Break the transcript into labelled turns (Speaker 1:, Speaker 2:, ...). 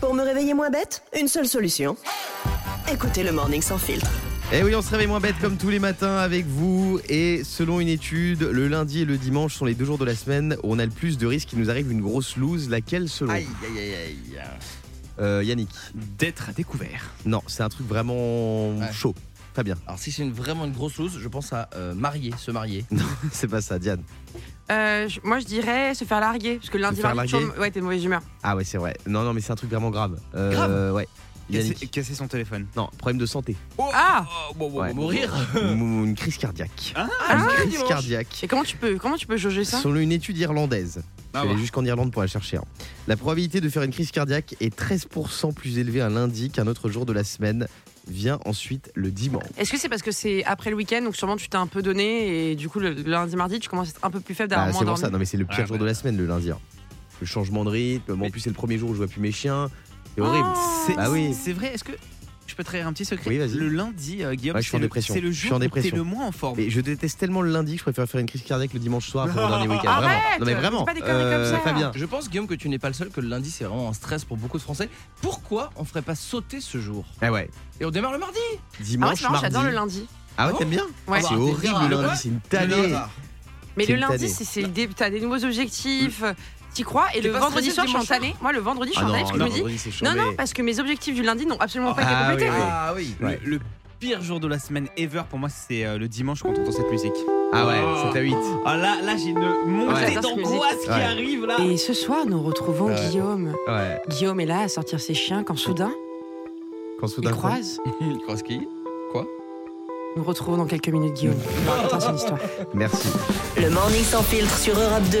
Speaker 1: Pour me réveiller moins bête, une seule solution. Écoutez le Morning Sans Filtre.
Speaker 2: Et Eh oui, on se réveille moins bête comme tous les matins avec vous. Et selon une étude, le lundi et le dimanche sont les deux jours de la semaine où on a le plus de risques qu'il nous arrive une grosse loose. Laquelle selon
Speaker 3: Aïe, aïe, aïe, aïe.
Speaker 2: vous Euh, Yannick
Speaker 4: D'être à découvert.
Speaker 2: Non, c'est un truc vraiment
Speaker 3: Ouais.
Speaker 2: chaud. Très bien.
Speaker 3: Alors, si c'est une- vraiment une grosse loose, je pense à euh, marier, se marier.
Speaker 2: C'est pas ça, Diane.
Speaker 5: Euh, je- moi, je dirais se faire larguer. Parce que lundi,
Speaker 2: faire
Speaker 5: mardi,
Speaker 2: larguer.
Speaker 5: toujours- ouais, t'es de mauvaise humeur.
Speaker 2: Ah ouais, c'est vrai. Non, non, mais c'est un truc vraiment grave. Euh,
Speaker 3: Grave
Speaker 2: Ouais.
Speaker 4: Casser,
Speaker 2: Yannick.
Speaker 4: casser son téléphone.
Speaker 2: Non, problème de santé.
Speaker 5: Ah
Speaker 3: Oh, bon, bon,
Speaker 2: Ouais.
Speaker 3: mourir.
Speaker 2: Mou- une crise cardiaque.
Speaker 5: Ah,
Speaker 2: une crise
Speaker 5: dimanche.
Speaker 2: cardiaque.
Speaker 5: Et comment tu peux, comment tu peux jauger ça
Speaker 2: Selon une étude irlandaise, je
Speaker 4: Ah
Speaker 2: suis allé
Speaker 3: bah.
Speaker 4: ouais.
Speaker 2: jusqu'en Irlande pour la chercher. hein. La probabilité de faire une crise cardiaque est 13% plus élevée un lundi qu'un autre jour de la semaine. Vient ensuite le dimanche.
Speaker 5: Est-ce que c'est parce que c'est après le week-end, donc sûrement tu t'es un peu donné et du coup le, le lundi, mardi, tu commences à être un peu plus faible
Speaker 2: Bah,
Speaker 5: d'avoir
Speaker 2: c'est
Speaker 5: moins
Speaker 2: pour
Speaker 5: dormi
Speaker 2: ça, non mais c'est le pire
Speaker 4: Ouais,
Speaker 2: jour
Speaker 4: ouais.
Speaker 2: de la semaine le lundi. hein. Le changement de rythme, moi, en plus c'est le premier jour où je vois plus mes chiens. C'est horrible.
Speaker 5: Oh.
Speaker 4: C'est
Speaker 2: Bah oui.
Speaker 4: c'est vrai, est-ce que je peux te trahir un petit secret
Speaker 2: Oui, vas-y.
Speaker 4: Le lundi, euh, Guillaume,
Speaker 2: Ouais, je suis en
Speaker 4: c'est le,
Speaker 2: dépression.
Speaker 4: c'est le
Speaker 2: Je suis
Speaker 4: jour
Speaker 2: en
Speaker 4: où t'es
Speaker 2: dépression.
Speaker 4: le moins en forme.
Speaker 2: Et je déteste tellement le lundi que je préfère faire une crise cardiaque le dimanche soir pour mon dernier week-end.
Speaker 5: Oh, Arrête,
Speaker 2: vraiment. Non mais
Speaker 5: dis
Speaker 2: vraiment. Euh,
Speaker 5: pas des conneries comme ça.
Speaker 2: Fabien.
Speaker 3: Je pense, Guillaume, que tu n'es pas le seul, que le lundi, c'est vraiment un stress pour beaucoup de Français. Pourquoi on ferait pas sauter ce jour
Speaker 2: Ah ouais.
Speaker 3: Et on démarre le mardi
Speaker 5: Ah ouais,
Speaker 2: Dimanche,
Speaker 5: c'est marrant,
Speaker 2: mardi.
Speaker 5: j'adore le lundi. Oh,
Speaker 2: Ah ouais, t'aimes bien
Speaker 5: Ouais.
Speaker 2: C'est
Speaker 3: bah, t'es
Speaker 2: horrible
Speaker 3: bien,
Speaker 2: le
Speaker 3: hein.
Speaker 2: lundi, c'est une
Speaker 3: Le
Speaker 2: tannée.
Speaker 3: hasard.
Speaker 5: Mais le
Speaker 2: une
Speaker 5: lundi,
Speaker 2: tannée.
Speaker 5: c'est, c'est des- t'as des nouveaux objectifs, euh, t'y crois. Et
Speaker 3: T'es
Speaker 5: le
Speaker 3: pas
Speaker 5: vendredi
Speaker 3: stressé
Speaker 5: soir, je suis en
Speaker 3: dimanche soir
Speaker 5: tannée. Moi, le vendredi, je suis
Speaker 2: Ah
Speaker 5: en
Speaker 2: non,
Speaker 5: tannée parce que
Speaker 2: le
Speaker 5: je me dis.
Speaker 2: vendredi, c'est chaud,
Speaker 5: Non, non,
Speaker 2: mais-
Speaker 5: parce que mes objectifs du lundi n'ont absolument pas été
Speaker 2: Ah
Speaker 5: complétés.
Speaker 2: oui, oui.
Speaker 3: Ah oui.
Speaker 4: Le-
Speaker 2: Ouais.
Speaker 4: Le, pire jour de la semaine ever pour moi, c'est euh, le dimanche quand on entend cette musique.
Speaker 2: Ah ouais, c'est à 8.
Speaker 4: Ah là, là j'ai une
Speaker 2: Ouais.
Speaker 4: montée
Speaker 5: J'adore cette
Speaker 4: d'angoisse qui
Speaker 2: Ouais.
Speaker 4: arrive là.
Speaker 5: Et ce soir, nous retrouvons
Speaker 2: Ouais.
Speaker 5: Guillaume.
Speaker 2: Ouais.
Speaker 5: Guillaume est là à sortir ses chiens quand soudain,
Speaker 2: Quand
Speaker 5: il
Speaker 2: soudain.
Speaker 5: croise.
Speaker 3: Kroski.
Speaker 5: Nous retrouvons dans quelques minutes Guillaume. Attends, c'est une histoire.
Speaker 2: Merci.
Speaker 1: Le Morning Sans Filtre sur Europe 2.